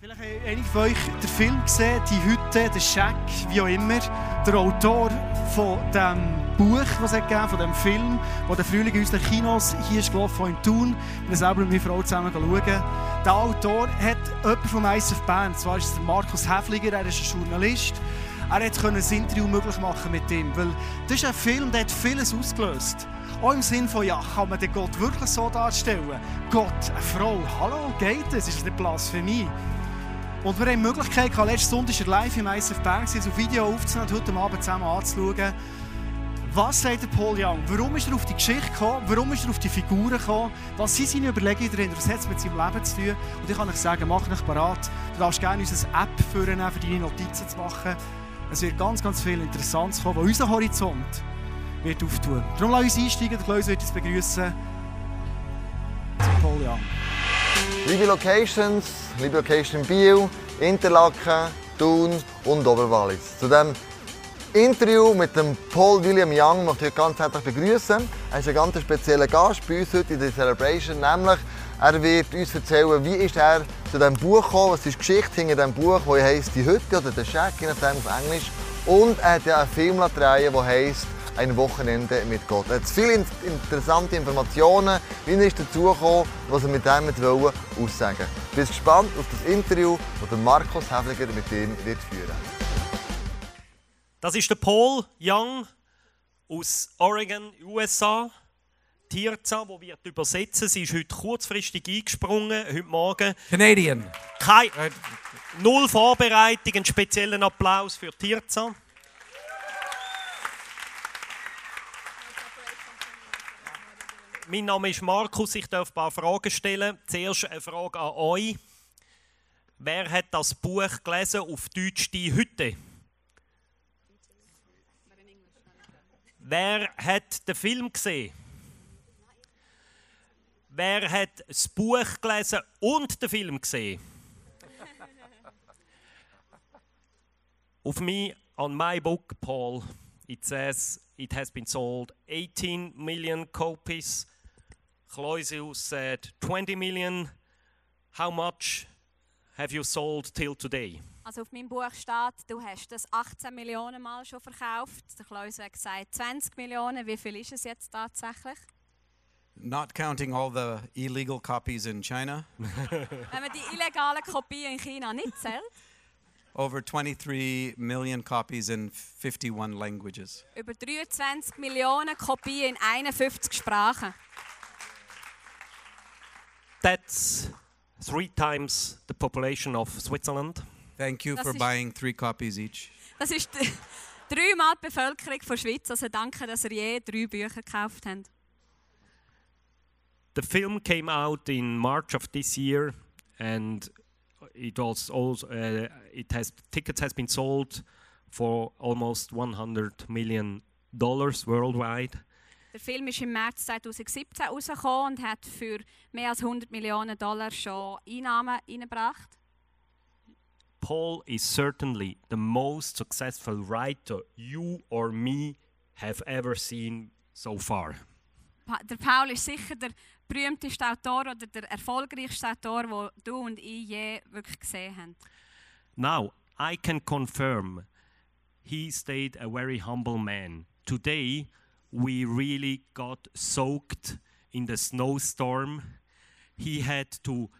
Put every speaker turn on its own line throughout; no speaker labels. Vielleicht haben einige von euch den Film gesehen, die Hütte, der Scheck, wie auch immer. Der Autor von dem Buch, das es gegeben, hat, von dem Film, wo der Frühling in unseren Kinos hier ist gelaufen, in Thun. Wir selber mit meiner Frau zusammen schauen. Der Autor hat jemanden vom ISF Band, zwar ist es der Markus Häfliger, er ist ein Journalist. Er hat ein Interview möglich machen mit ihm, weil das ist ein Film, der hat vieles ausgelöst. Auch im Sinn von, ja, kann man den Gott wirklich so darstellen? Gott, eine Frau, hallo, geht das? Ist das nicht Blasphemie? Und wir haben die Möglichkeit, gehabt, letzten Sonntag ist er live im ISF Berg, so ein Video aufzunehmen und heute Abend zusammen anzuschauen. Was sagt der Paul Young? Warum ist er auf die Geschichte gekommen? Warum ist er auf die Figuren gekommen? Was sind seine Überlegungen dahinter? Was hat es mit seinem Leben zu tun? Und ich kann euch sagen, mach euch bereit. Du darfst gerne unsere App führen, um deine Notizen zu machen. Es wird ganz, ganz viel Interessantes kommen, was unseren Horizont wird auftun. Darum lass uns einsteigen, der Klaus wird uns begrüßen. Paul Young.
Liebe Locations, liebe Location Biel, Interlaken, Thun und Oberwallis. Zu dem Interview mit dem Paul William Young möchte ich euch ganz herzlich begrüßen. Er ist ein ganz spezieller Gast bei uns heute in der Celebration, nämlich er wird uns erzählen, wie ist er zu diesem Buch gekommen, was ist die Geschichte hinter diesem Buch, das heisst «Die Hütte» oder «Der Shack» je nachdem auf Englisch. Und er hat ja einen Film lassen drehen, der heisst «Ein Wochenende mit Gott». Er hat viele in- interessante Informationen, wie er ist dazugekommen, was er mit dem hat wollen aussagen. Bist gespannt auf das Interview, das der Markus Häfliger mit ihm wird führen
Das ist der Paul Young aus Oregon, USA. Tirza, wo wird übersetzen. Sie ist heute kurzfristig eingesprungen, heute Morgen.
Canadian.
Kein, null Vorbereitung, einen speziellen Applaus für Tirza. Mein Name ist Markus, ich darf ein paar Fragen stellen. Zuerst eine Frage an euch. Wer hat das Buch gelesen auf Deutsch «Die Hütte»? Wer hat den Film gesehen? Wer hat das Buch gelesen und den Film gesehen? Of me, on my book, Paul, it says it has been sold 18 million copies. Chloisius said 20 million. How much have you sold till today?
Also auf meinem Buch steht, du hast das 18 Millionen Mal schon verkauft. Der Klaus hat gesagt 20 Millionen. Wie viel ist es jetzt tatsächlich?
Not counting all the illegal copies in China,
Wenn man die illegalen Kopien in China nicht zählt,
over 23 million copies in 51 languages.
über 23 Millionen Kopien in 51 Sprachen.
That's three times the population of Switzerland.
Thank you
Das
for
ist-
buying three copies each.
Das ist d- dreimal die Bevölkerung von Schweiz. Also danke, dass ihr je drei Bücher gekauft habt.
The film came out in March of this year, and it was also uh, it has tickets has been sold for almost 100 million dollars worldwide.
Der Film ist im März 2017 rausgekommen und hat für mehr als 100 Millionen Dollar schon Einnahmen eingebracht.
Paul is certainly the most successful writer you or me have ever seen so far.
Pa- Der Paul ist sicher der berühmteste Autor oder der erfolgreichste Autor, den du und ich je wirklich gesehen haben.
Now, I can confirm he stayed a very humble man. Today, we really got soaked in the snowstorm. He had to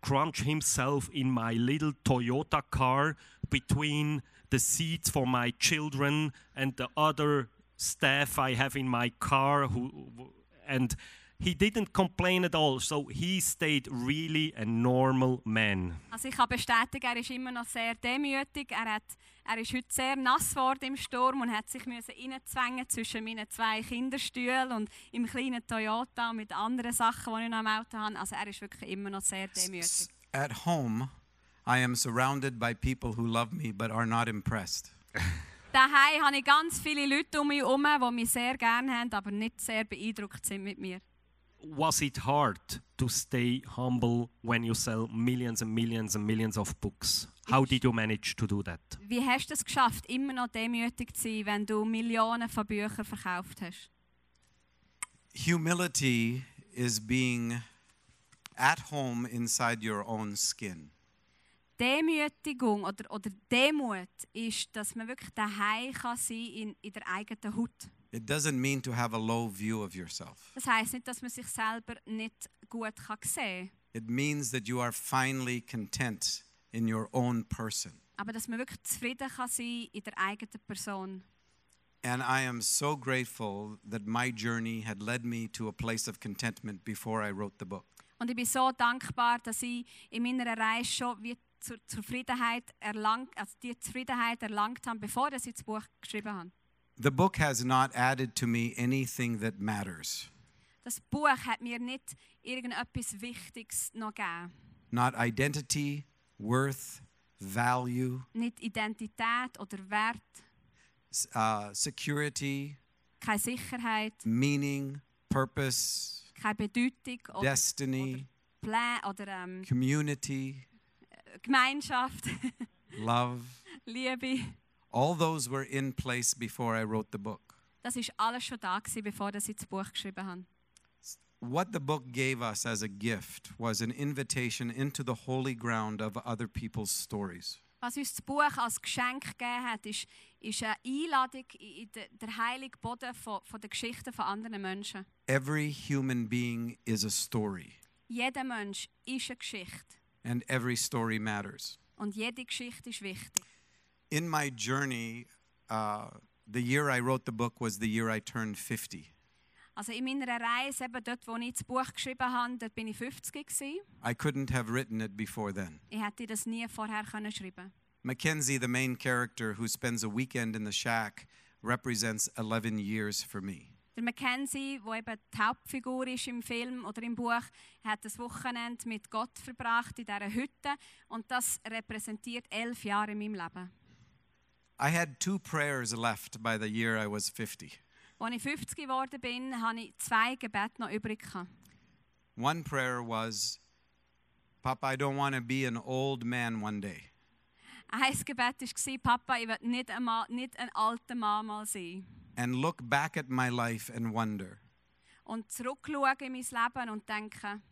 crunch himself in my little Toyota car between the seats for my children and the other staff I have in my car who and he didn't complain at all so he stayed really a normal man
Also ich kann bestätigen, er ist immer noch sehr demütig. Er, hat, er ist heute sehr nass geworden im Sturm und hat sich müssen reinzwängen zwischen meinen zwei Kinderstühlen und im kleinen Toyota und mit anderen Sachen, die ich noch im Auto habe. Also er ist wirklich immer noch sehr demütig.
At home, I am surrounded by people who love me but are not impressed.
Daheim habe ich ganz viele Leute um mich herum, die mich sehr gerne haben, aber nicht sehr beeindruckt sind mit mir.
was it hard to stay humble when you sell millions and millions and millions of books? How did you manage to do that?
Wie hast du es geschafft, immer noch demütig zu sein, wenn du Millionen von Büchern verkauft hast?
Humility is being at home inside your own skin.
Demütigung oder, oder Demut ist, dass man wirklich daheim kann sein in, in der eigenen Haut.
It doesn't mean to have a low view of yourself.
Das heißt nicht, dass man sich selber nicht gut kann sehen kann,
It means that you are finally content in your own person.
aber dass man wirklich zufrieden kann sein in der eigenen Person.
And I am so grateful that my journey had led me to a place of contentment before I wrote the book.
Und ich bin so dankbar, dass ich in meiner Reise schon wie zur Zufriedenheit erlangt, also die Zufriedenheit erlangt habe, bevor dass ich das Buch geschrieben habe.
The book has not added to me anything that matters
Das Buch hat mir nicht irgendetwas Wichtiges noch gegeben.
not identity, worth, value,
Nicht Identität oder Wert,
s- uh, security,
keine Sicherheit,
meaning, purpose,
keine Bedeutung oder,
destiny,
oder Pläne oder ähm,
community,
Gemeinschaft,
love.
Liebe.
All those were in place before I wrote the book.
Das ist alles schon da, gewesen, bevor dass ich das Buch geschrieben habe.
What the book gave us as a gift was an invitation into the holy ground of other people's stories.
Was uns das Buch als Geschenk gegeben hat, ist, ist eine Einladung in in den den heiligen Boden von, von der Geschichten von anderen Menschen.
Every human being is a story,
Jeder Mensch ist eine Geschichte
and every story matters.
und jede Geschichte ist wichtig.
In my journey, uh, the year I wrote the book was the year I turned 50.
Also in meiner Reise, eben dort, wo ich das Buch geschrieben habe, dort bin ich 50 gewesen.
I couldn't have written it before then.
Ich hätte das nie vorher können schreiben.
Mackenzie, the main character who spends a weekend in the shack, represents 11 years for me.
Der Mackenzie, wo eben die Hauptfigur ist im Film oder im Buch, hat das Wochenende mit Gott verbracht in dieser Hütte und das repräsentiert elf Jahre in meinem Leben.
I had two prayers left by the year I was 50.
Als ich 50 geworden bin, hatte ich zwei Gebete noch übrig. gehabt.
One prayer was, Papa, I don't want to be an old man one day.
Ein Gebet war, Papa, ich will nicht, einmal, nicht ein alter Mann mal sein.
And look back at my life and wonder,
Und zurückschauen in mein Leben und denken,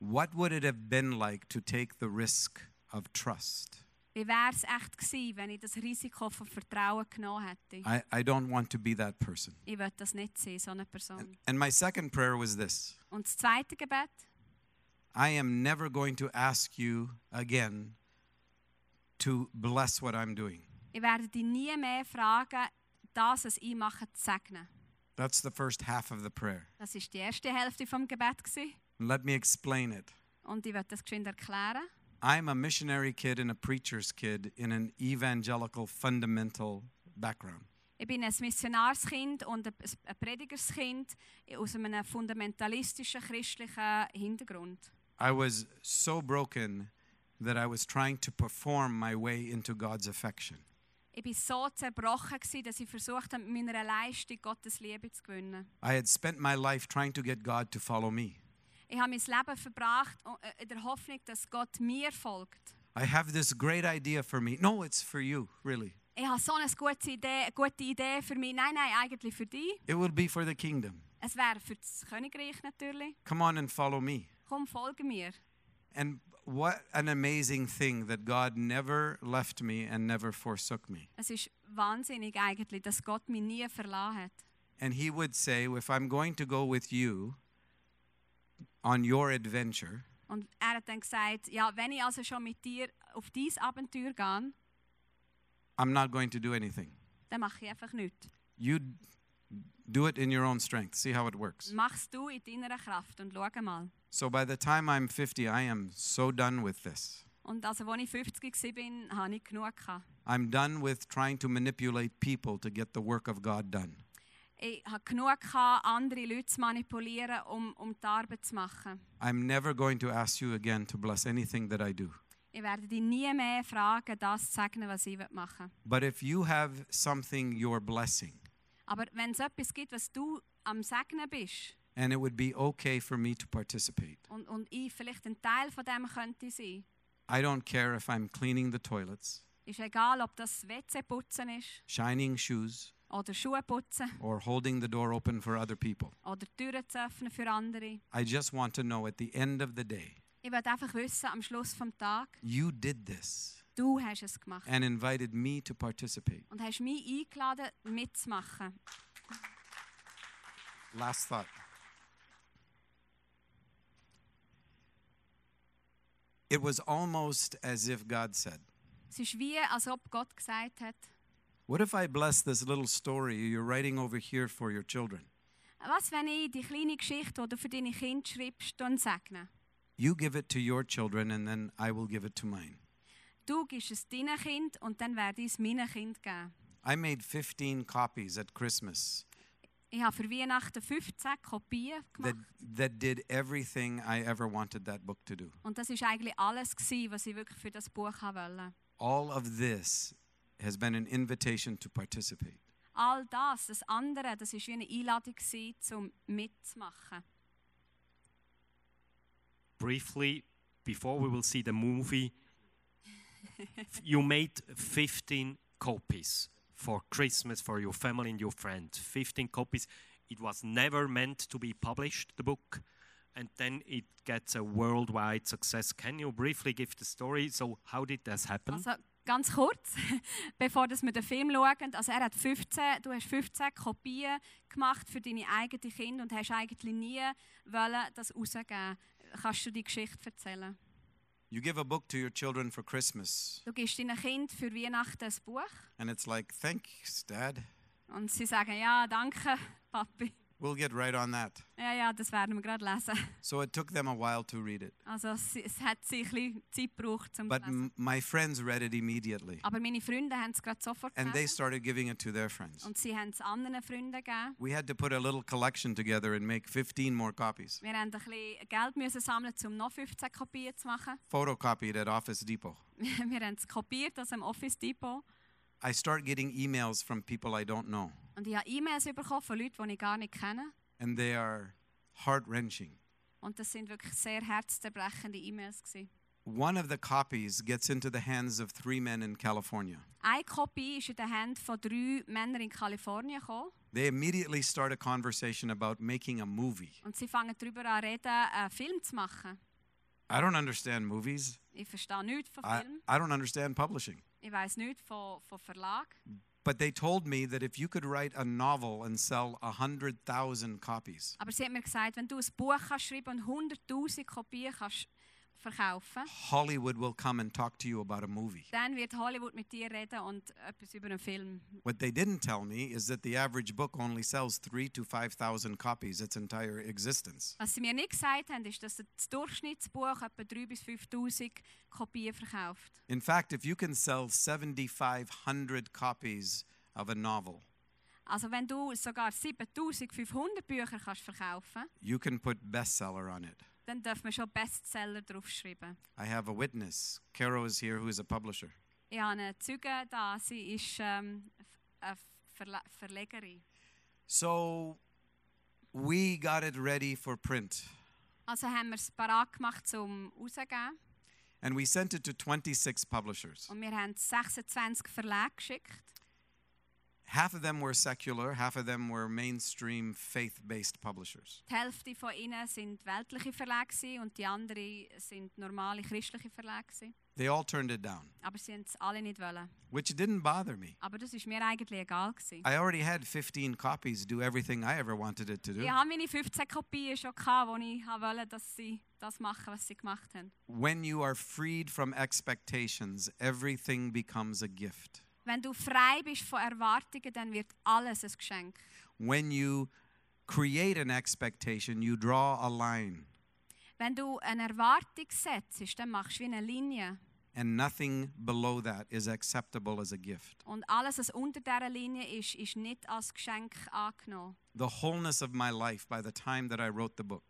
what would it have been like to take the risk of trust?
wie wäre es echt gewesen, wenn ich das Risiko von Vertrauen genommen hätte.
I, I don't want to be that person.
Ich will das nicht sein, so eine Person.
And my second prayer was this
Und das zweite Gebet,
I am never going to ask you again to bless what I'm doing.
ich werde dich nie mehr fragen, das, was ich mache, zu segnen.
That's the first half of the prayer.
Das war die erste Hälfte vom Gebet. gewesen.
Let me explain it.
Und ich will das geschwind erklären.
I'm a missionary kid and a preacher's kid in an evangelical fundamental background.
Ich bin ein Missionarskind und ein ein Predigerskind aus einem fundamentalistischen christlichen Hintergrund.
I was so broken that I was trying to perform my way into God's affection.
Ich war so zerbrochen, gewesen, dass ich versucht habe, mit meiner Leistung Gottes Liebe zu gewinnen.
I had spent my life trying to get God to follow me.
Ich habe mein Leben verbracht äh, in der Hoffnung, dass Gott mir folgt.
I have this great idea for me. No, it's for you, really.
Ich habe so eine gute Idee, eine gute Idee für mich. Nein, nein, eigentlich für dich.
It will be for the kingdom.
Es wäre für das Königreich natürlich.
Come on and follow me.
Komm, folge mir.
And what an amazing thing that God never left me and never forsook me.
Es ist wahnsinnig eigentlich, dass Gott mich nie verlassen hat.
And He would say, If I'm going to go with you on your adventure,
Und er hat dann gesagt, ja, wenn ich also schon mit dir auf dieses Abenteuer gehe,
I'm not going to do anything.
dann mache ich einfach nichts.
You d- do it in your own strength. See how it works.
Mach's du in deiner Kraft und schau mal.
So by the time I'm 50, I am so done with this.
Und also, als ich 50 war, hatte ich genug. Gehabt.
I'm done with trying to manipulate people to get the work of God done.
Ich hatte genug, gehabt, andere Leute zu manipulieren, um, um die Arbeit zu machen.
I'm never going to ask you again to bless anything that I do.
Ich werde dich nie mehr fragen, das zu segnen, was ich machen will.
But if you have something you're blessing,
Aber wenn es etwas gibt, was du am Segnen bist
and it would be okay for me to participate,
und, und ich vielleicht ein Teil von dem könnte sein,
I don't care if I'm cleaning the toilets,
ist egal, ob das WC putzen ist
shining shoes,
oder Schuhe putzen.
or holding the door open for other people.
oder Türen zu öffnen für andere.
I just want to know at the end of the day
Ich wollte einfach wissen, am Schluss vom Tag,
You did this
du hast es gemacht
and invited me to participate.
und hast mich eingeladen, mitzumachen.
Last thought. It was almost as if God said,
Es ist wie, als ob Gott gesagt hat,
What if I bless this little story you're writing over here for your children?
was, wenn ich die kleine Geschichte, die du für deine Kinder schreibst, dann segne?
You give it to your children, and then I will give it to mine.
Du gibst es deinem Kind und dann werde ich es meinem Kind geben.
I made 15 copies at Christmas
Ich habe für Weihnachten 15 Kopien
that,
gemacht.
that did everything I ever wanted that book to do.
Und das war eigentlich alles, gewesen, was ich wirklich für das Buch haben wollte.
All of this has been an invitation to participate.
All das, das andere, das war wie eine Einladung, gewesen, um mitzumachen.
Briefly, before we will see the movie, you made 15 copies for Christmas for your family and your friends. 15 copies. It was never meant to be published, the book, and then it gets a worldwide success. Can you briefly give the story? So, how did this happen?
Also ganz kurz, bevor dass wir den Film schauen. Also er hat 15, du hast 15 Kopien gemacht für deine eigenen Kinder und hast eigentlich nie wollen, das rausgeben. Kannst du die Geschichte erzählen?
You give a book to your children for Christmas,
Du gibst deinen Kind für Weihnachten ein Buch
and it's like, Thanks, Dad.
und sie sagen, ja, danke, Papi.
We'll get right on that.
Ja, ja, das werden wir gerade lesen.
So it took them a while to read it.
Also es, es hat sie ein bisschen Zeit gebraucht, um zu
But
lesen.
m- my friends read it immediately,
Aber meine Freunde haben es gerade sofort
and they
gelesen.
started giving it to their friends.
Und sie haben es anderen Freunden gegeben.
We had to put a little collection together and make 15 more copies,
Wir haben ein bisschen Geld müssen sammeln, um noch 15 Kopien zu machen.
photocopied at Office Depot.
Wir haben es kopiert aus dem Office Depot.
I start getting emails from people I don't know,
Und ich habe E-Mails bekommen von Leuten, die ich gar nicht kenne.
and they are heart wrenching.
Und das sind wirklich sehr herzzerbrechende E-Mails. gewesen.
One of the copies gets into the hands of three men in California.
Eine Kopie ist in den Händen von drei Männern in Kalifornien gekommen.
They immediately start a conversation about making a movie.
Und sie fangen darüber an, reden, einen Film zu machen.
I don't understand movies.
Ich verstehe nichts von
I,
Film.
I don't understand publishing.
Ich weiß nichts von, von Verlag.
But they told me that if you could write a novel and sell 100,000 copies,
Aber sie hat mir gesagt, wenn du ein Buch kannst schreiben und 100.000 Kopien kannst verkaufen
Hollywood will come and talk to you about a movie.
dann wird Hollywood mit dir reden und etwas über einen Film.
What they didn't tell me is that the average book only sells 3 to 5,000 copies its entire existence.
Was sie mir nicht gesagt haben, ist, dass das Durchschnittsbuch etwa 3.000 bis 5.000 Kopien verkauft.
In fact, if you can sell 7,500 copies of a novel,
Also wenn du sogar 7.500 Bücher kannst verkaufen
you can put bestseller on it.
dann darf man schon Bestseller draufschreiben.
I have a witness. Caro is here, who is a publisher.
Ich habe eine Zeuge da, sie ist ähm, f- eine Verle Verlegerin.
So we got it ready for print.
Also haben wir es parat gemacht zum Rausgeben
And we sent it to 26 publishers.
und wir haben 26 Verlage geschickt.
Half of them were secular, half of them were mainstream faith based publishers.
Die Hälfte von ihnen sind weltliche Verlage gewesen und die andere sind normale christliche Verlage. gewesen.
They all turned it down,
Aber sie haben es alle nicht wollen.
which didn't bother me.
Aber das ist mir eigentlich egal gewesen.
I already had 15 copies do everything I ever wanted it to do.
Ich habe meine 15 Kopien schon gehabt, wo ich habe wollte, dass sie das machen, was sie gemacht haben.
When you are freed from expectations, everything becomes a gift.
Wenn du frei bist von Erwartungen, dann wird alles ein Geschenk.
When you create an expectation, you draw a line,
Wenn du eine Erwartung setzt, dann machst du wie eine Linie.
and nothing below that is acceptable as a gift.
Und alles, was unter dieser Linie ist, ist nicht als Geschenk angenommen.
The wholeness of my life by the time that I wrote the book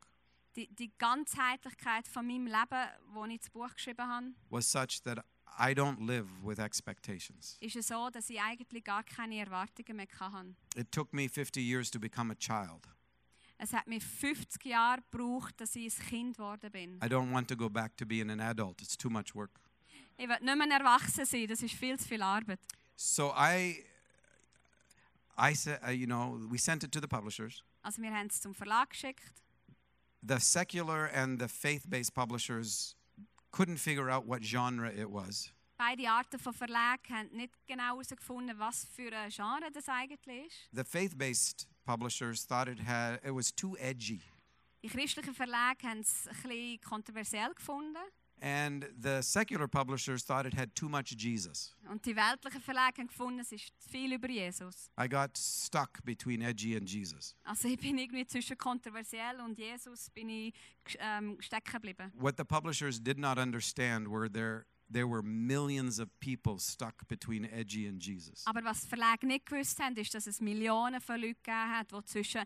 Die, die Ganzheitlichkeit von meinem Leben, wo ich das Buch geschrieben habe,
was such that I don't live with expectations.
ist es so, dass ich eigentlich gar keine Erwartungen mehr hatte.
It took me 50 years to become a child.
Es hat mir 50 Jahre gebraucht, dass ich ein Kind geworden bin.
I don't want to go back to being an adult, it's too much work.
Ich will nicht mehr erwachsen sein, das ist viel zu viel Arbeit.
So I, I said, uh, you know, we sent it to the publishers.
Also wir haben es zum Verlag geschickt.
the secular and the faith-based publishers couldn't figure out what genre it was.
Beide Arten von Verlagen haben nicht genau herausgefunden, was für ein Genre das eigentlich ist.
The faith-based publishers thought it had it was too edgy,
Die christlichen Verlage haben es ein bisschen kontroversiell gefunden.
and the secular publishers thought it had too much Jesus.
Und die weltlichen Verlage haben gefunden, es ist zu viel über Jesus.
I got stuck between edgy and Jesus.
Also ich bin irgendwie zwischen kontroversiell und Jesus bin ich gesch- ähm, stecken geblieben.
What the publishers did not understand were there there were millions of people stuck between edgy and Jesus.
Aber was die Verlage nicht gewusst haben, ist, dass es Millionen von Leuten gegeben hat, die zwischen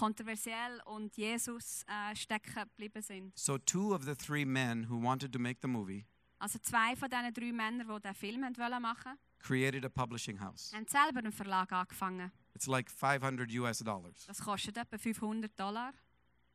kontroversiell und Jesus äh, stecken geblieben sind.
So two of the three men who wanted to make the movie
Also zwei von diesen drei Männern, die diesen Film haben wollen machen
created a publishing house.
haben selber einen Verlag angefangen.
It's like 500 US dollars.
Das kostet etwa 500 Dollar.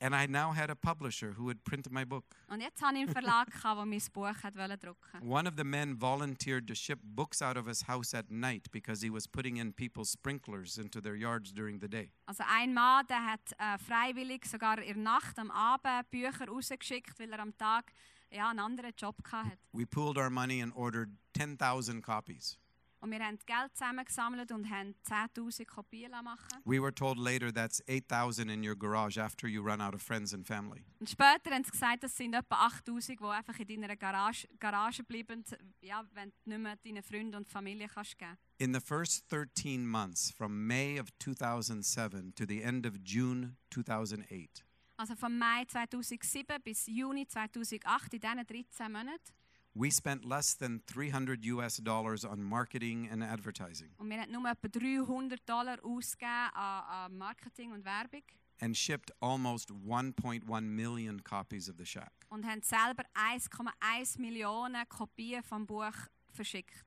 And I now had a publisher who would print my book.
Und jetzt hatte ich einen Verlag, gehabt, der mein Buch hat wollen drucken
One of the men volunteered to ship books out of his house at night because he was putting in people's sprinklers into their yards during the day.
Also ein Mann, der hat äh, freiwillig sogar in der Nacht, am Abend Bücher rausgeschickt, weil er am Tag ja, einen anderen Job hatte.
We pooled our money and ordered 10,000 copies.
Und wir haben Geld zusammengesammelt und haben 10'000 Kopien lassen machen
We were told later that's 8,000 in your garage after you run out of friends and family.
Und später haben sie gesagt, das sind etwa 8'000, die einfach in deiner Garage, Garage bleiben, ja, wenn du nicht mehr deinen Freunden und Familie kannst geben
In the first 13 months, from May of 2007 to the end of June 2008,
Also von Mai 2007 bis Juni 2008, in diesen 13 Monaten.
we spent less than 300 US dollars on marketing and advertising
Und wir haben nur etwa 300 Dollar ausgegeben an, an Marketing und Werbung.
and shipped almost 1.1 million copies of The Shack.
Und haben selber 1,1 Millionen Kopien vom Buch verschickt.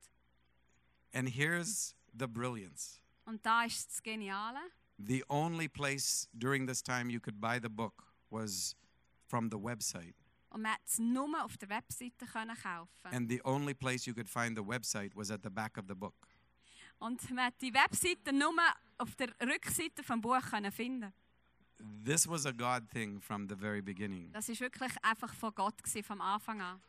And here's the brilliance.
Und da ist das Geniale.
The only place during this time you could buy the book was from the website.
Und man konnte es nur auf der Webseite können kaufen.
And the only place you could find the website was at the back of the book.
Und man hat die Webseite nur auf der Rückseite des Buches können finden.
This was a God thing from the very beginning.
Das war wirklich einfach von Gott, gewesen, vom Anfang an.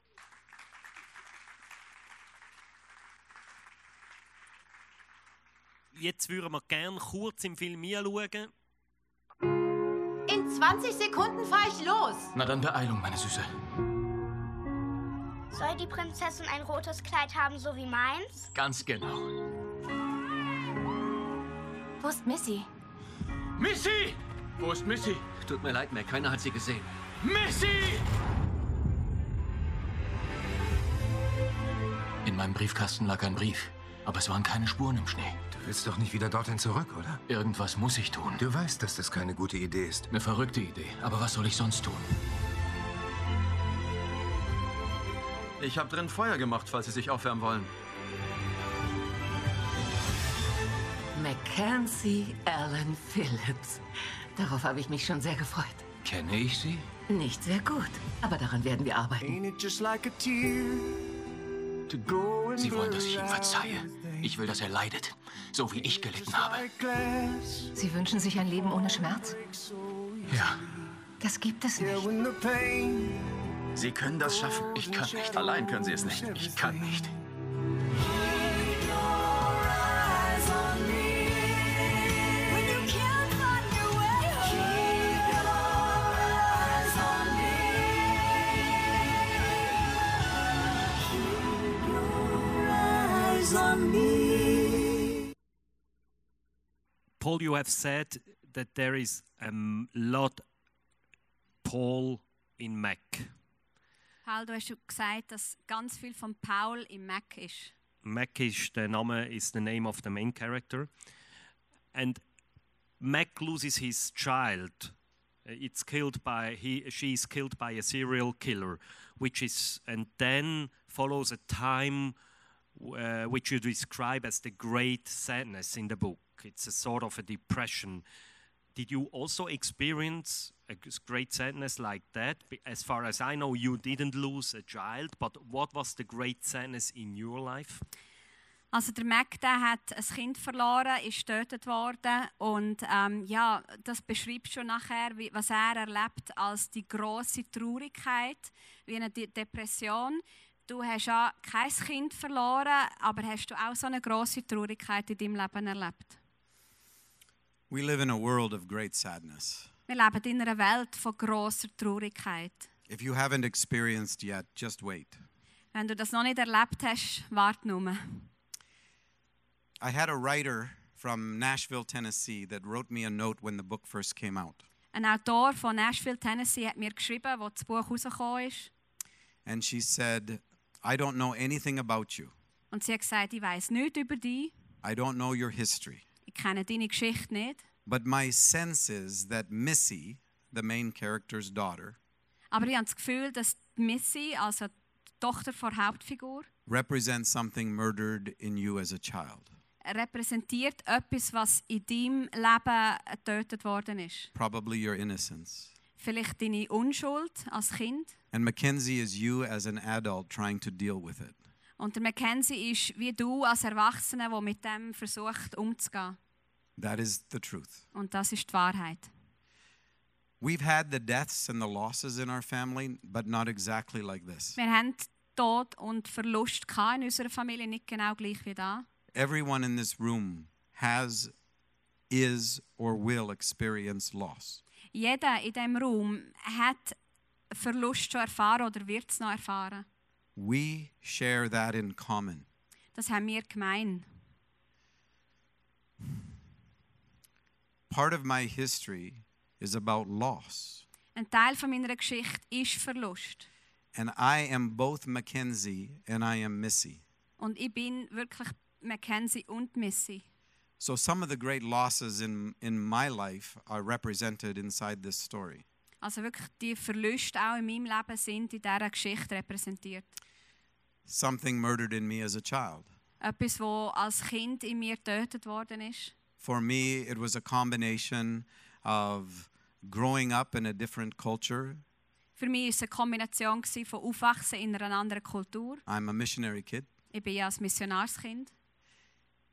Jetzt würden wir gerne kurz im Film hinschauen.
In 20 Sekunden fahre ich los.
Na dann Beeilung, meine Süße.
Soll die Prinzessin ein rotes Kleid haben, so wie meins?
Ganz genau.
Wo ist Missy?
Missy! Wo ist Missy? Tut mir leid, Mac, keiner hat sie gesehen. Missy! In meinem Briefkasten lag ein Brief, aber es waren keine Spuren im Schnee.
Du willst doch nicht wieder dorthin zurück, oder?
Irgendwas muss ich tun.
Du weißt, dass das keine gute Idee ist.
Eine verrückte Idee, aber was soll ich sonst tun?
Ich habe drin Feuer gemacht, falls Sie sich aufwärmen wollen.
Mackenzie Allen Phillips. Darauf habe ich mich schon sehr gefreut.
Kenne ich sie?
Nicht sehr gut, aber daran werden wir arbeiten.
Sie wollen, dass ich ihm verzeihe. Ich will, dass er leidet, so wie ich gelitten habe.
Sie wünschen sich ein Leben ohne Schmerz?
Ja,
Das gibt es nicht.
Sie können das schaffen.
ich kann nicht.
Allein können Sie es nicht.
Ich kann nicht.
Paul, you have said that there is a m- lot Paul in Mac.
Paul, du hast gesagt, dass ganz viel von Paul im Mac ist.
Mac is the name is the name of the main character, and Mac loses his child. Uh, It's killed by he she is killed by a serial killer, which is and then follows a time uh, which you describe as the great sadness in the book. It's a sort of a depression. Did you also experience a g- great sadness like that? Be- As far as I know, you didn't lose a child, but what was the great sadness in your life?
Also der Mac der hat ein Kind verloren, ist getötet worden und ähm, ja, das beschreibt schon nachher, wie, was er erlebt als die große Traurigkeit, wie eine De- Depression. Du hast ja kein Kind verloren, aber hast du auch so eine große Traurigkeit in deinem Leben erlebt?
We live in a world of great sadness.
Wir leben in einer Welt von großer Traurigkeit.
If you haven't experienced yet, just wait.
Wenn du das noch nicht erlebt hast, warte nur.
I had a writer from Nashville, Tennessee that wrote me a note when the book first came out.
Ein Autor von Nashville, Tennessee, hat mir geschrieben, wo das Buch rausgekommen ist.
And she said, I don't know anything about you.
Und sie hat gesagt, ich weiß nichts über dich,
I don't know your history.
ich kenne deine Geschichte nicht.
But my sense is that Missy, the main character's daughter,
Aber ich habe das Gefühl, dass die Missy, also die Tochter der Hauptfigur,
represents something murdered in you as a child,
repräsentiert etwas, was in deinem Leben getötet worden ist.
probably your innocence.
Vielleicht deine Unschuld als Kind.
And Mackenzie is you as an adult trying to deal with it.
Und der Mackenzie ist wie du als Erwachsener, der mit dem versucht umzugehen.
That is the truth.
Und das ist die Wahrheit.
We've had the deaths and the losses in our family, but not exactly like this.
Wir haben Tod und Verlust gehabt in unserer Familie, nicht genau gleich wie da.
Everyone in this room has, is, or will experience loss.
Jeder in diesem Raum hat Verlust schon erfahren oder wird es noch erfahren.
We share that in common.
Das haben wir gemein.
Part of my history is about loss,
Ein Teil von meiner Geschichte ist Verlust.
and I am both Mackenzie and I am Missy.
Und ich bin wirklich Mackenzie und Missy.
So some of the great losses in, in my life are represented inside this story.
Also wirklich die Verluste auch in meinem Leben sind in dieser Geschichte repräsentiert.
Something murdered in me as a child.
Etwas, wo als Kind in mir getötet worden ist.
For me, it was a combination of growing up in a different culture.
Für mich war es eine Kombination gewesen von Aufwachsen in einer anderen Kultur.
I'm a missionary kid.
Ich bin ja als Missionarskind.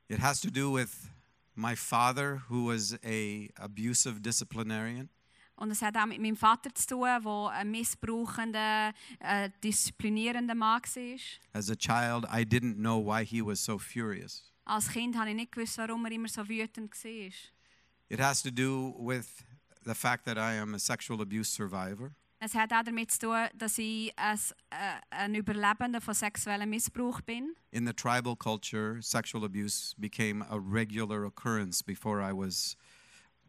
It has to do with my father, who was a abusive disciplinarian.
Und es hat auch mit meinem Vater zu tun, der ein missbrauchender, äh, disziplinierender Mann war.
As a child, I didn't know why he was so furious.
Als Kind habe ich nicht gewusst, warum er immer so wütend war.
It has to do with the fact that I am a sexual abuse survivor.
Es hat auch damit zu tun, dass ich ein, äh, ein Überlebender von sexuellem Missbrauch bin.
In the tribal culture, sexual abuse became a regular occurrence before I was,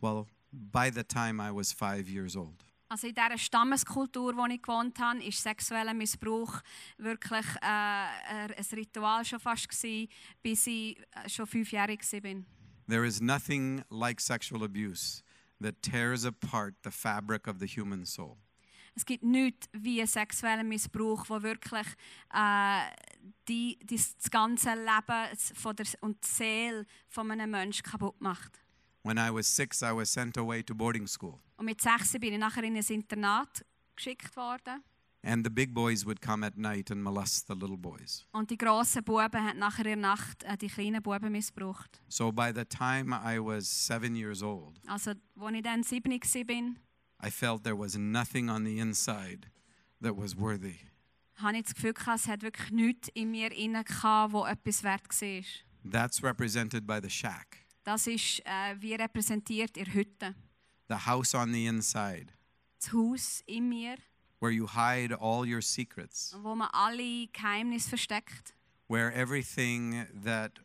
well, by the time I was five years old.
Also in dieser Stammeskultur, in der ich gewohnt habe, ist sexueller Missbrauch wirklich äh, ein Ritual schon fast gewesen, bis ich äh, schon fünfjährig war.
There is nothing like sexual abuse that tears apart the fabric of the human soul.
Es gibt nichts wie sexuellen Missbrauch, der wirklich äh, die, die, das ganze Leben von der, und die Seele von einem Menschen kaputt macht.
When I was six, I was sent away to boarding school,
Und mit sechs bin ich nachher in ein Internat geschickt worden.
and the big boys would come at night and molest the little boys.
Und die grossen Buben haben nachher in der Nacht äh, die kleinen Buben missbraucht.
So by the time I was seven years old,
Also, als ich dann sieben war,
I felt there was nothing on the inside that was worthy.
hatte ich das Gefühl, gehabt, es hat wirklich nichts in mir inne gehabt, wo etwas wert war.
That's represented by the shack,
Das ist äh, wie repräsentiert in der Hütte.
the house on the inside,
Das Haus in mir,
where you hide all your secrets,
wo man alle Geheimnisse versteckt.
where everything that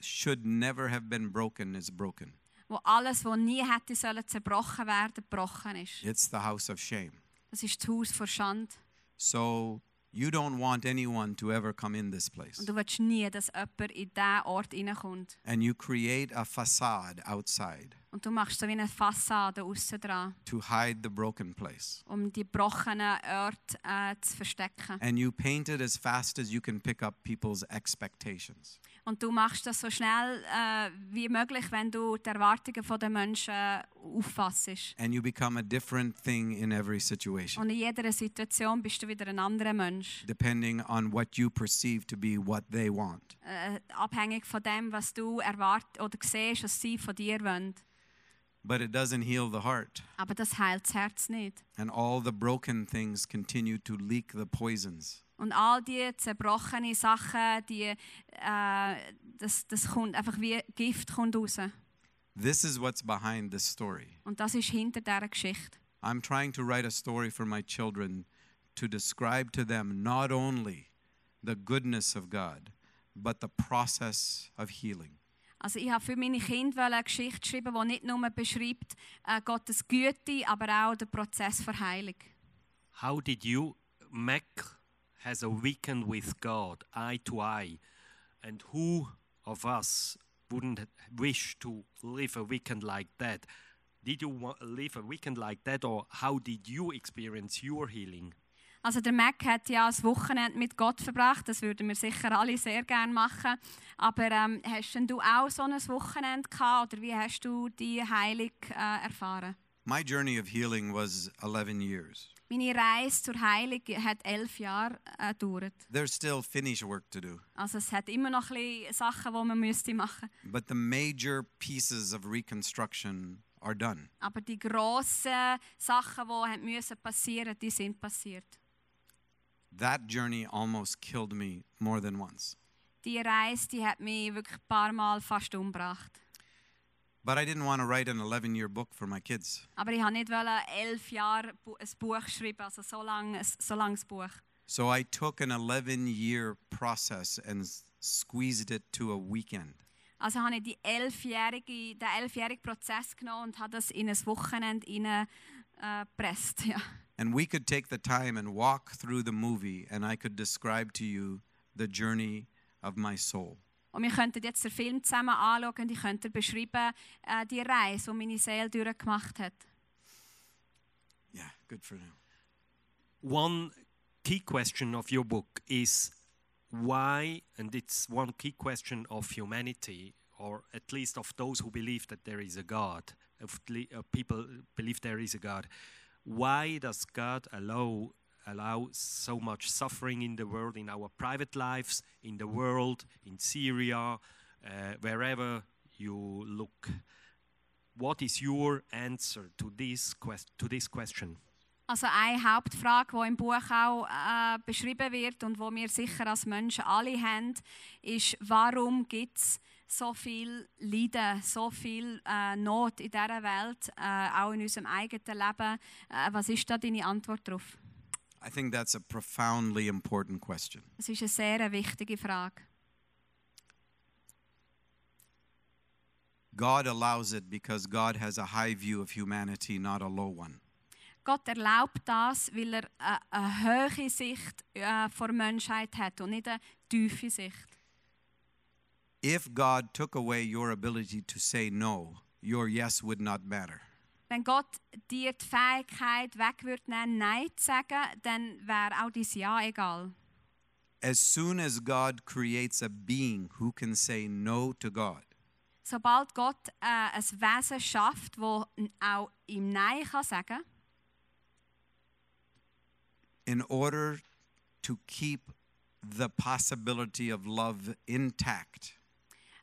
should never have been broken is broken.
Wo alles, was nie hätte sollen zerbrochen werden, gebrochen ist.
It's the house of shame.
Das ist das Haus vor Schande.
So you don't want anyone to ever come in this place.
Und du willst nie, dass jemand in diesen Ort hineinkommt.
And you create a facade outside
Und du machst so wie eine Fassade aussen dran,
to hide the broken place.
um die gebrochenen Orte äh, zu verstecken.
And you paint it as fast as you can pick up people's expectations.
Und du machst das so schnell äh, wie möglich, wenn du die Erwartungen der Menschen auffassest.
and you become a different thing in every situation,
Und in jeder Situation bist du wieder ein anderer Mensch.
depending on what you perceive to be what they want.
Äh, abhängig von dem, was du erwartest oder siehst, was sie von dir wollen.
But it doesn't heal the heart,
Aber das heilt das Herz nicht.
and all the broken things continue to leak the poisons.
Und all die zerbrochenen Sachen, die, äh, das, das kommt einfach wie Gift kommt raus.
This is what's behind this story.
Und das ist hinter dieser Geschichte.
I'm trying to write a story for my children to describe to them not only the goodness of God, but the process of healing.
Also ich habe für meine Kinder wollte eine Geschichte geschrieben, die nicht nur beschreibt äh, Gottes Güte, aber auch den Prozess der Heilung.
How did you? Mac has a weekend with God, eye to eye. And who of us wouldn't wish to live a weekend like that? Did you wa- live a weekend like that, or how did you experience your healing?
Also der Mac hat ja das Wochenende mit Gott verbracht, das würden wir sicher alle sehr gerne machen. Aber ähm, hast denn du auch so ein Wochenende gehabt oder wie hast du die Heilung äh, erfahren?
My journey of healing was 11 years.
Meine Reise zur Heilung hat elf Jahre äh, gedauert.
There's still finish work to do,
Also es hat immer noch ein bisschen Sachen, die man müsste machen
but the major pieces of reconstruction are done.
Aber die grossen Sachen, die haben müssen passieren die sind passiert.
That journey almost killed me more than once.
Die Reise die hat mich wirklich ein paar Mal fast umgebracht.
But I didn't want to write an 11 year book for my kids.
Aber ich wollte nicht elf Jahre bu- ein Buch schreiben, also so lang, so langes Buch.
So I took an 11 year process and s- squeezed it to a weekend.
Also habe ich die elfjährige, den elfjährigen Prozess genommen und habe das in ein Wochenende hinein, äh, gepresst. ja.
And we could take the time and walk through the movie, and I could describe to you the journey of my soul.
Und wir könnten jetzt den Film zusammen anschauen und ich könnte beschreiben, äh, die Reise, die meine Seele durchgemacht hat.
Yeah, good for now.
One key question of your book is why, and it's one key question of humanity, or at least of those who believe that there is a God, of li- uh, people believe there is a God. Why does God allow allow so much suffering in the world, in our private lives, in the world, in Syria, uh, wherever you look? What is your answer to this quest- to this question?
Also eine Hauptfrage, die im Buch auch äh, beschrieben wird und wo wir sicher als Menschen alle haben, ist, warum gibt es so viel Leiden, so viel äh, Not in dieser Welt, äh, auch in unserem eigenen Leben? Äh, was ist da deine Antwort darauf?
I think that's a profoundly important question.
Das ist eine sehr wichtige Frage.
God allows it because God has a high view of humanity, not a low one.
Gott erlaubt das, weil er äh, eine hohe Sicht äh, vor Menschheit hat und nicht eine tiefe Sicht.
If God took away your ability to say no, your yes would not matter.
Wenn Gott dir die Fähigkeit weg würde, nehmen, Nein zu sagen, dann wäre auch dein Ja egal.
As soon as God creates a being who can say no to God,
Sobald Gott äh, ein Wesen schafft, wo n- auch ihm Nein kann sagen
in order to keep the possibility of love intact,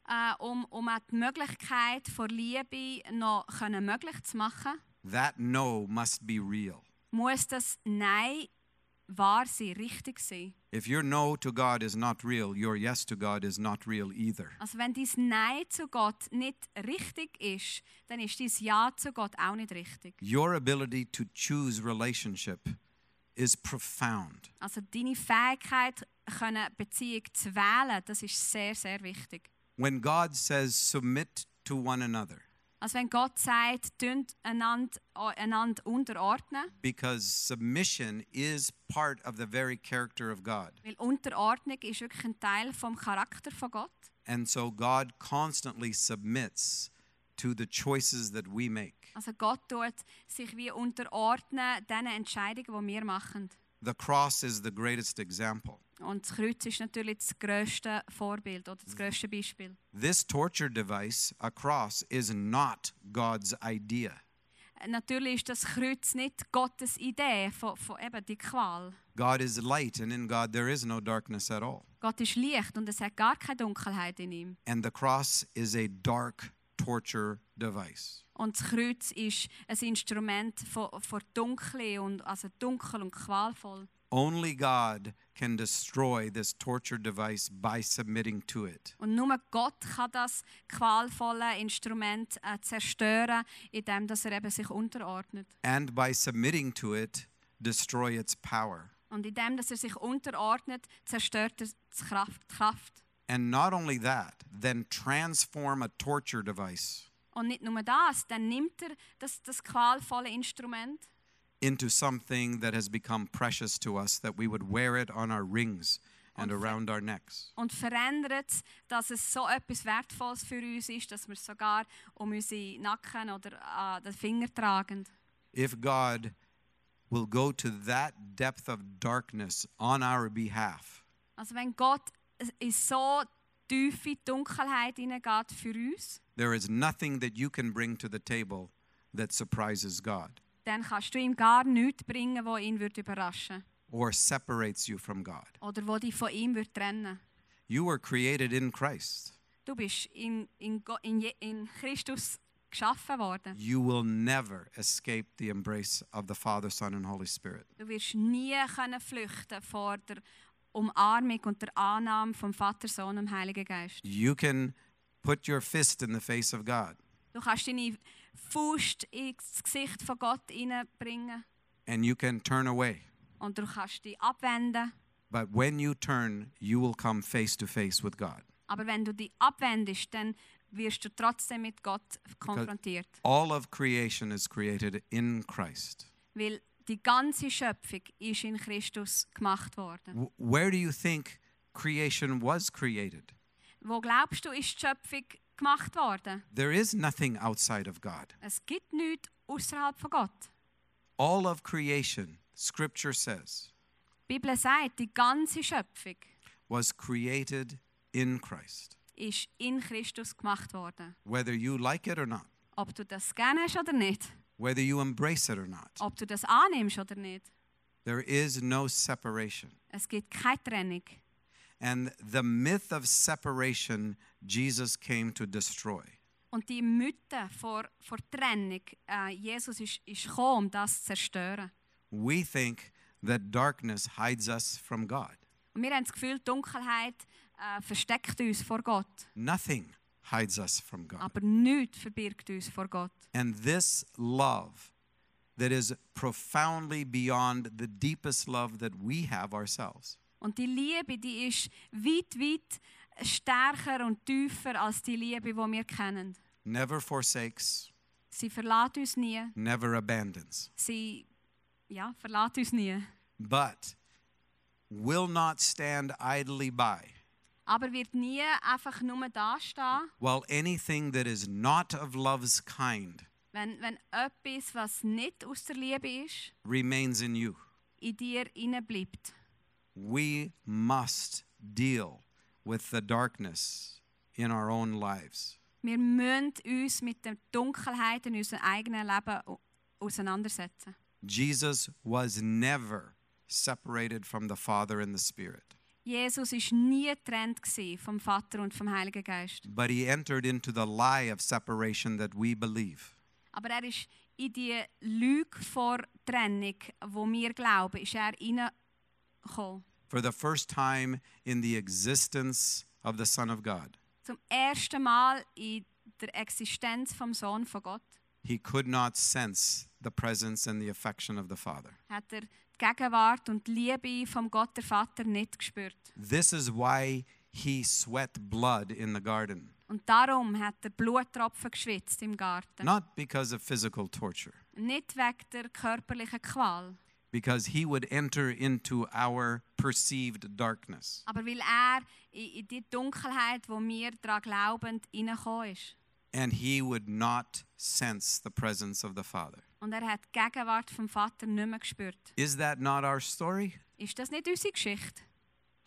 kann, äh, um, um auch die Möglichkeit von Liebe noch können möglich zu machen,
that no must be real.
muss das Nein wahr sein, richtig sein.
If your no to God is not real, your yes to God is not real either.
Also wenn dein Nein zu Gott nicht richtig ist, dann ist dein Ja zu Gott auch nicht richtig.
Your ability to choose relationship is profound.
Also deine Fähigkeit, können Beziehung zu wählen, das ist sehr, sehr wichtig.
When God says, submit to one another,
Also wenn Gott sagt, tünt einander, einander unterordnen,
because submission is part of the very character of God.
weil Unterordnung ist wirklich ein Teil vom Charakter von Gott.
And so God constantly submits to the choices that we make.
Also Gott tut sich wie unterordnen den Entscheidungen, die wir machen.
The cross is the greatest example.
Und das Kreuz ist natürlich das grösste Vorbild oder das grösste Beispiel.
This torture device, a cross, is not God's idea.
natürlich ist das Kreuz nicht Gottes Idee von, von eben die Qual.
God is light, and in God there is no darkness at all.
Gott ist Licht und es hat gar keine Dunkelheit in ihm.
And the cross is a dark torture device.
Und das Kreuz ist ein Instrument von, von Dunkle und also dunkel und qualvoll.
Only God can destroy this torture device by submitting to it.
Und nur Gott kann das qualvolle Instrument äh, zerstören, indem dass er eben sich unterordnet.
And by submitting to it, destroy its power.
Und indem dass er sich unterordnet, zerstört er die Kraft. Die Kraft.
And not only that, then transform a torture device
Und nicht nur das, dann nimmt er das, das qualvolle Instrument
into something that has become precious to us, that we would wear it on our rings and around our necks.
und verändert es, dass es so etwas Wertvolles für uns ist, dass wir es sogar um unsere Nacken oder an den Finger tragen.
If God will go to that depth of darkness on our behalf,
Also wenn Gott in so tiefe Dunkelheit hineingeht für uns,
there is nothing that you can bring to the table that surprises God
dann kannst du ihm gar nichts bringen, wo ihn wird überraschen
or separates you from God.
oder wo dich von ihm wird trennen.
You were created in Christ.
Du bist in, in, Go- in, Je- in Christus geschaffen worden.
You will never escape the embrace of the Father, Son, and Holy Spirit.
Du wirst nie können flüchten vor der Umarmung und der Annahme vom Vater, Sohn und Heiligen Geist.
You can put your fist in the face of God,
Du kannst deine Faust ins Gesicht von Gott hineinbringen
and you can turn away.
und du kannst dich abwenden.
But when you turn, you will come face to face with God.
Aber wenn du dich abwendest, dann wirst du trotzdem mit Gott konfrontiert.
All of creation is created in Christ.
Weil die ganze Schöpfung ist in Christus gemacht worden.
W- Where do you think creation was created?
Wo glaubst du, ist die Schöpfung gemacht worden?
There is nothing outside of God.
Es gibt nichts außerhalb von Gott.
All of creation, Scripture says,
Die Bibel sagt, die ganze Schöpfung
was created in Christ,
ist in Christus gemacht worden.
whether you like it or not,
Ob du das kennst oder nicht,
whether you embrace it or not.
ob du das annimmst oder nicht,
There is no separation.
es gibt keine Trennung.
And the myth of separation, Jesus came to destroy.
Und die Mythe vor, vor Trennung, äh, Jesus ist, ist gekommen, um das zu zerstören.
We think that darkness hides us from God.
Und wir haben das Gefühl, die Dunkelheit äh, versteckt uns vor Gott.
Nothing hides us from God.
Aber nichts verbirgt uns vor Gott.
And this love that is profoundly beyond the deepest love that we have ourselves
Und die Liebe, die ist weit, weit stärker und tiefer als die Liebe, die wir kennen.
never forsakes,
Sie verlässt uns nie.
never abandons,
Sie ja, verlässt uns nie.
but will not stand idly by
Aber wird nie einfach nur dastehen,
while anything that is not of love's kind
wenn, wenn etwas, was nicht aus der Liebe ist,
remains in you.
in dir bleibt.
we must deal with the darkness in our own lives.
Wir müssen uns mit der Dunkelheit in unserem eigenen Leben au- auseinandersetzen.
Jesus was never separated from the Father and the Spirit,
Jesus war nie getrennt gewesen vom Vater und vom Heiligen Geist.
but he entered into the lie of separation that we believe.
Aber er ist in die Lüge vor Trennung, wo wir glauben, ist er hineingekommen.
For the first time in the existence of the Son of God,
Zum ersten Mal in der Existenz vom Sohn von Gott
he could not sense the presence and the affection of the Father.
hat er die Gegenwart und die Liebe vom Gott der Vater nicht gespürt.
This is why he sweat blood in the garden,
Und darum hat er Bluttropfen geschwitzt im Garten.
not because of physical torture.
Nicht wegen der körperlichen Qual,
because he would enter into our perceived darkness.
aber weil er in, in die Dunkelheit, wo wir daran glauben, hineingekommen ist.
And he would not sense the presence of the Father.
Und er hat die Gegenwart vom Vater nicht mehr gespürt.
Is that not our story?
Ist das nicht unsere Geschichte?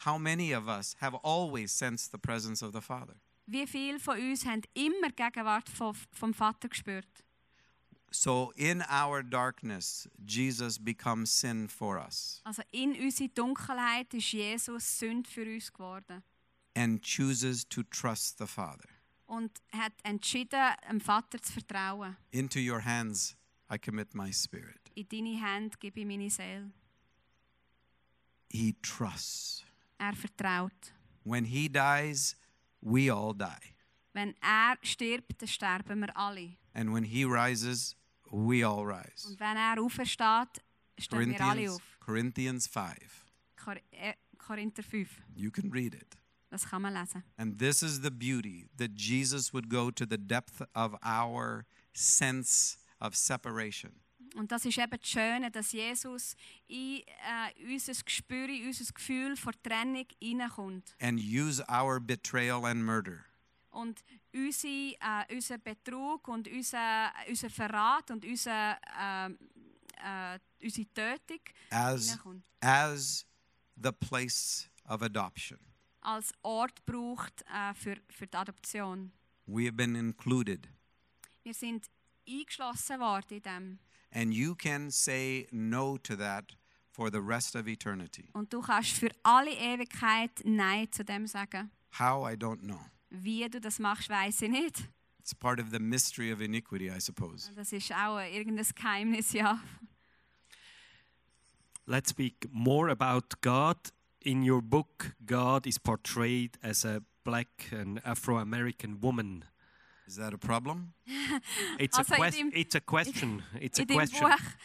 How many of us have always sensed the presence of the Father?
Wie viele von uns haben immer die Gegenwart vom, vom Vater gespürt?
So in our darkness, Jesus becomes sin for us
Also in unsere Dunkelheit ist Jesus Sünd für uns geworden
and chooses to trust the Father.
und hat entschieden, dem Vater zu vertrauen.
Into your hands I commit my spirit.
In deine Hände gebe ich meine Seele.
He trusts.
Er vertraut.
When he dies, we all die.
Wenn er stirbt, dann sterben wir alle.
And when he rises, we all rise.
Und wenn er aufersteht, stehen wir alle auf.
Corinthians, Corinthians 5.
Kor äh, Korinther 5.
You can read it.
Das kann man lesen.
And this is the beauty that Jesus would go to the depth of our sense of separation.
Und das ist eben das Schöne, dass Jesus in äh, unser Gespür, in unser Gefühl vor Trennung hineinkommt.
and use our betrayal and murder
Und unsere, äh, unseren Betrug und unseren, unseren Verrat und unsere, äh, äh, unsere Tötung
as
hineinkommt.
as the place of adoption.
als Ort braucht äh, für, für die Adoption.
We have been included
Wir sind eingeschlossen worden in dem.
and you can say no to that for the rest of eternity.
Und du kannst für alle Ewigkeit Nein zu dem sagen.
How I don't know.
Wie du das machst, weiß ich nicht.
It's part of the mystery of iniquity, I suppose.
Das ist auch äh, irgendein Geheimnis, ja.
Let's speak more about God. In your book, God is portrayed as a black and Afro American woman.
Is that a problem?
It's,
Also
a,
in
quest-
dem-
it's a question. It's a
In deinem
question.
Buch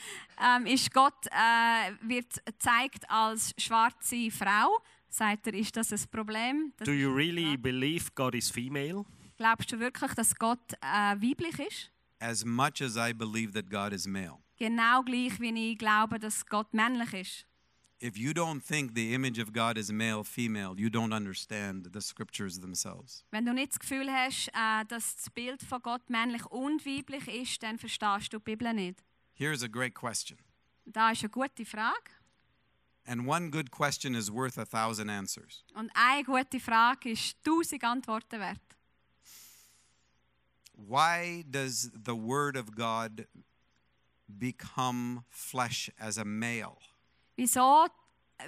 ähm, ist Gott äh, wird gezeigt als schwarze Frau. Sagt er, ist das ein Problem? Das,
Do you really believe God is female?
glaubst du wirklich, dass Gott äh, weiblich ist?
As much as I believe that God is male.
Genau gleich, wie ich glaube, dass Gott männlich ist.
If you don't think the image of God is male, female, you don't understand the scriptures themselves.
Wenn du nicht das Gefühl hast, äh, dass das Bild von Gott männlich und weiblich ist, dann verstehst du die Bibel nicht.
Here's a great question.
Da ist eine gute Frage.
And one good question is worth a thousand answers.
Und eine gute Frage ist tausend Antworten wert.
Why does the Word of God become flesh as a male?
Wieso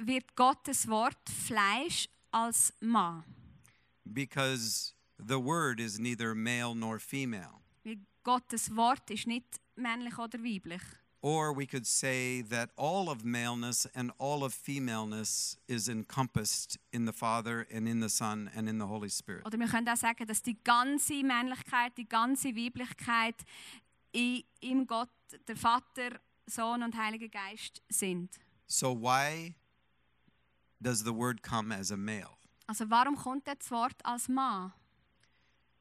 wird Gottes Wort Fleisch als Mann?
Because the Word is neither male nor female.
Weil Gottes Wort ist nicht männlich oder weiblich.
Or we could say that all of maleness and all of femaleness is encompassed in the Father and in the Son and in the Holy Spirit.
Oder wir können auch sagen, dass die ganze Männlichkeit, die ganze Weiblichkeit in, im Gott, der Vater, Sohn und Heiliger Geist sind.
So, why does the Word come as a male?
Also warum kommt denn das Wort als Mann?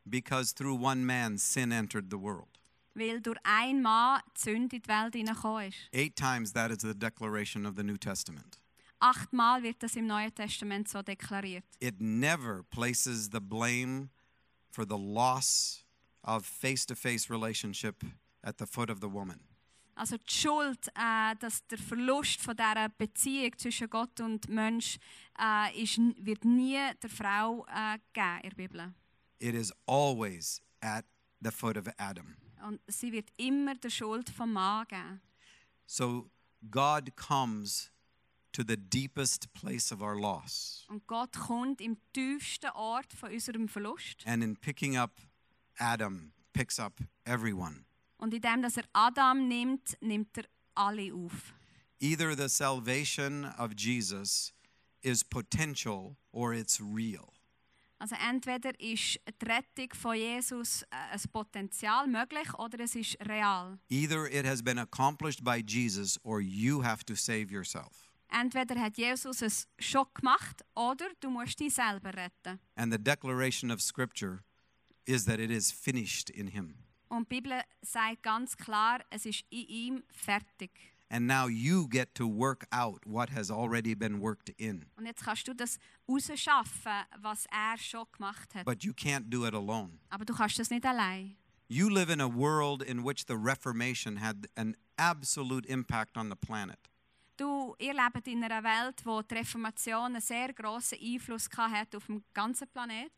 Because through one man, sin entered the world.
Weil durch einen Mann die Sünde in die Welt hineingekommen ist.
Eight times that is the declaration of the New Testament.
Achtmal wird das im Neuen Testament so deklariert.
It never places the blame for the loss of face to face relationship at the foot of the woman.
Also die Schuld, äh, dass der Verlust von dieser Beziehung zwischen Gott und Mensch äh, ist, n- wird nie der Frau äh, gegeben in der Bibel.
It is always at the foot of Adam.
Und sie wird immer der Schuld vom Mann geben.
So God comes to the deepest place of our loss.
Und Gott kommt im tiefsten Ort von unserem Verlust.
And in picking up Adam, picks up everyone.
Und indem dass er Adam nimmt, nimmt er alle auf.
Either the salvation of Jesus is potential or it's real.
Also entweder ist die Rettung von Jesus äh, ein Potenzial möglich oder es ist real.
Either it has been accomplished by Jesus or you have to save yourself.
Entweder hat Jesus es schon gemacht oder du musst dich selber retten.
And the declaration of Scripture is that it is finished in Him.
Und die Bibel sagt ganz klar, es ist in ihm fertig.
And now you get to work out what has already been worked in.
Und jetzt kannst du das rausschaffen, was er schon gemacht hat.
But you can't do it alone.
Aber du kannst das nicht allein.
You live in a world in which the Reformation had an absolute impact on the planet.
Du, ihr lebt in einer Welt, wo die Reformation einen sehr grossen Einfluss gehabt hat auf den ganzen Planet.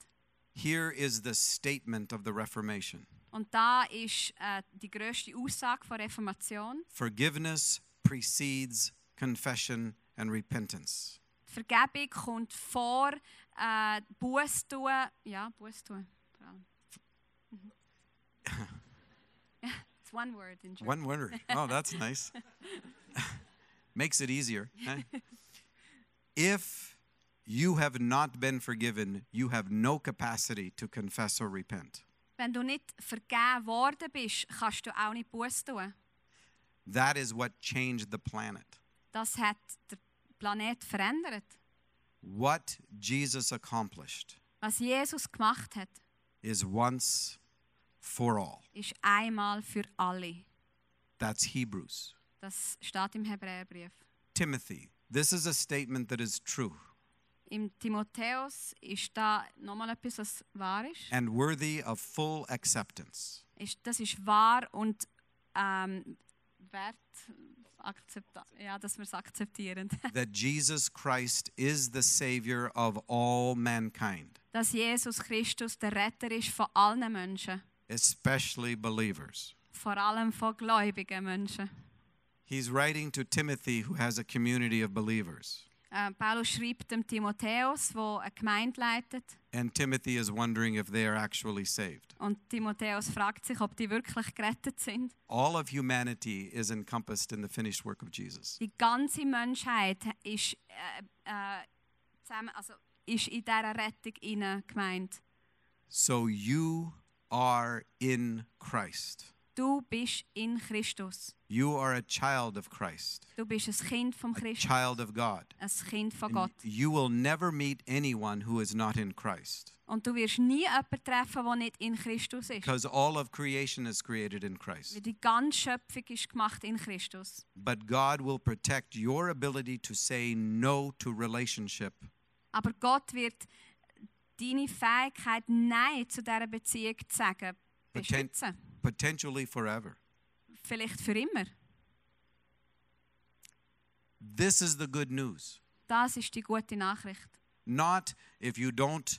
Here is the statement of the Reformation
Und da ist äh, die größte Aussage von Reformation.
Forgiveness precedes confession and repentance.
Die Vergebung kommt vor äh, Buß tun, ja Buß tun. vor allem. Mhm. It's one word in German.
One word. Oh, that's nice. Makes it easier. eh? if you have not been forgiven, you have no capacity to confess or repent.
Wenn du nicht vergeben worden bist, kannst du auch nicht Buß tun.
That is what changed the planet.
Das hat den Planet verändert.
What Jesus accomplished
Was Jesus gemacht hat,
is once for all.
ist einmal für alle.
That's Hebrews.
Das steht im Hebräerbrief.
Timothy, this is a statement that is true
Im Timotheus ist da nochmal etwas, was wahr ist.
and worthy of full acceptance.
ist das ist wahr und ähm, wert, akzepta ja, dass wir es akzeptieren.
that Jesus Christ is the Savior of all mankind,
dass Jesus Christus der Retter ist von allen Menschen,
especially believers.
vor allem von gläubigen Menschen.
He's writing to Timothy, who has a community of believers.
Äh, Paulus schreibt dem Timotheus, wo eine Gemeinde leitet,
And Timothy is wondering if they are actually saved.
und Timotheus fragt sich, ob die wirklich gerettet sind.
All of humanity is encompassed in the finished work of Jesus.
Die ganze Menschheit ist, äh, äh, zusammen, also ist in dieser Rettung hinein gemeint.
So you are in Christ.
Du bist in Christus.
You are a child of Christ,
Du bist ein Kind vom
a
Christus,
child of God.
ein Kind von
And
Gott.
you will never meet anyone who is not in Christ
Und du wirst nie jemanden treffen, der nicht in Christus ist.
because all of creation is created in Christ.
Weil die ganze Schöpfung ist gemacht in Christus.
But God will protect your ability to say no to relationship
Aber Gott wird deine Fähigkeit, Nein zu dieser Beziehung zu sagen,
poten-
beschützen.
potentially forever.
Vielleicht für immer.
This is the good news.
Das ist die gute Nachricht.
Not if you don't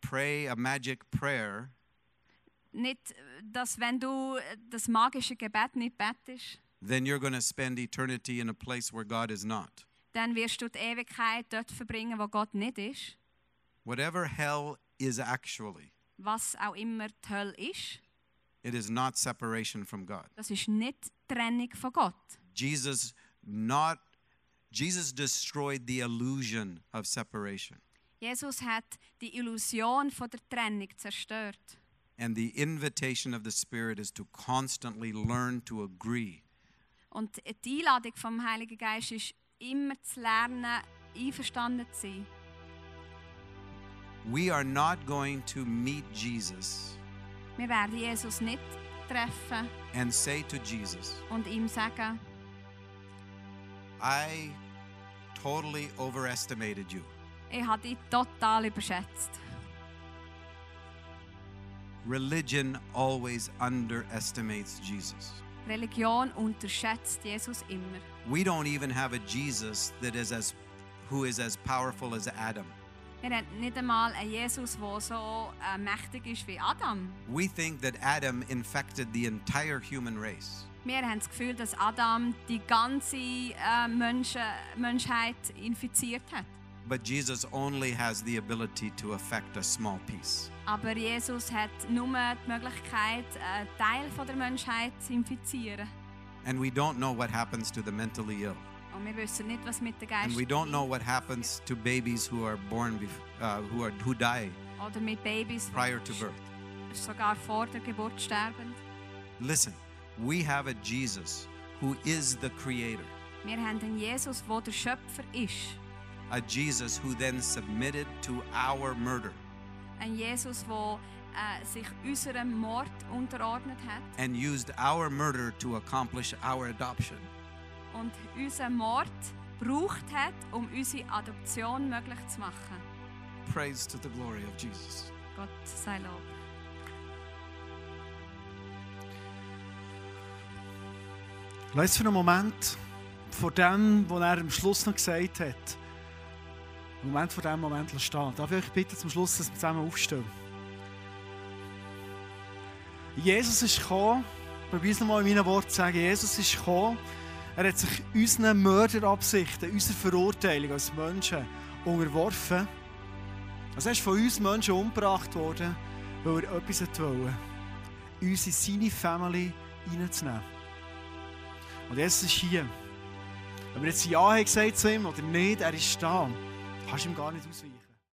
pray a magic prayer,
Nicht, dass wenn du das magische Gebet nicht betest,
then you're going to spend eternity in a place where God is not.
dann wirst du die Ewigkeit dort verbringen, wo Gott nicht ist.
Whatever hell is actually,
Was auch immer die Hölle ist,
it is not separation from God.
das ist nicht die Trennung von Gott.
Jesus not Jesus destroyed the illusion of separation
Jesus hat die Illusion von der Trennung zerstört.
and the invitation of the spirit is to constantly learn to agree
Und die Einladung vom Heiligen Geist ist, immer zu lernen, einverstanden zu sein.
We are not going to meet Jesus
Wir werden Jesus nicht treffen
and say to Jesus,
und ihm sagen,
I totally overestimated you.
ich habe dich total überschätzt.
Religion always underestimates Jesus.
Religion unterschätzt Jesus immer.
We don't even have a Jesus that is as who is as powerful as Adam.
Wir haben nicht einmal einen Jesus, der so äh, mächtig ist wie Adam.
We think that Adam infected the entire human race.
Wir haben das Gefühl, dass Adam die ganze äh, Menschen, Menschheit infiziert hat.
But Jesus only has the ability to affect a small piece.
Aber Jesus hat nur die Möglichkeit, einen Teil von der Menschheit zu infizieren.
And we don't know what happens to the mentally ill.
Und wir wissen nicht, was mit den
And
Geistern
we don't know what happens to babies who are born, bef- uh, who are who die
oder mit Babys, die
prior to birth.
sogar vor der Geburt sterben.
Listen, we have a Jesus who is the Creator,
Wir haben einen Jesus, der der Schöpfer ist.
a Jesus who then submitted to our murder
Ein Jesus, der äh, sich unserem Mord unterordnet hat
and used our murder to accomplish our adoption.
und unseren Mord gebraucht hat, um unsere Adoption möglich zu machen.
Praise to the glory of Jesus.
Gott sei Lob.
Lass für einen Moment vor dem, was er am Schluss noch gesagt hat, einen Moment vor dem Moment stehen. Darf ich euch bitten, zum Schluss, dass wir zusammen aufstehen? Jesus ist gekommen, probiere es nochmal in meinen Worten zu sagen, Jesus ist gekommen, er hat sich unseren Mörderabsichten, unserer Verurteilung als Menschen unterworfen. Also er ist von uns Menschen umgebracht worden, weil er etwas wollte. Uns in seine Family reinzunehmen. Und Jesus ist hier. Ob wir jetzt Ja haben gesagt zu ihm oder nicht, er ist da. Kannst du ihm gar nicht ausweichen.